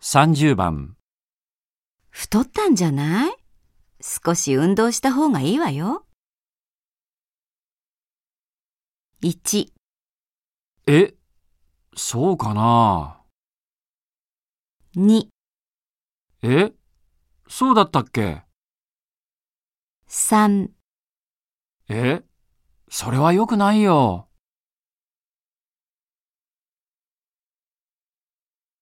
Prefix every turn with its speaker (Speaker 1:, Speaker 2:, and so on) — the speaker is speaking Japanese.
Speaker 1: 30番、
Speaker 2: 太ったんじゃない少し運動した方がいいわよ。1、
Speaker 1: え、そうかな
Speaker 2: 2、
Speaker 1: え、そうだったっけ
Speaker 2: 3
Speaker 1: え、それは良くないよ。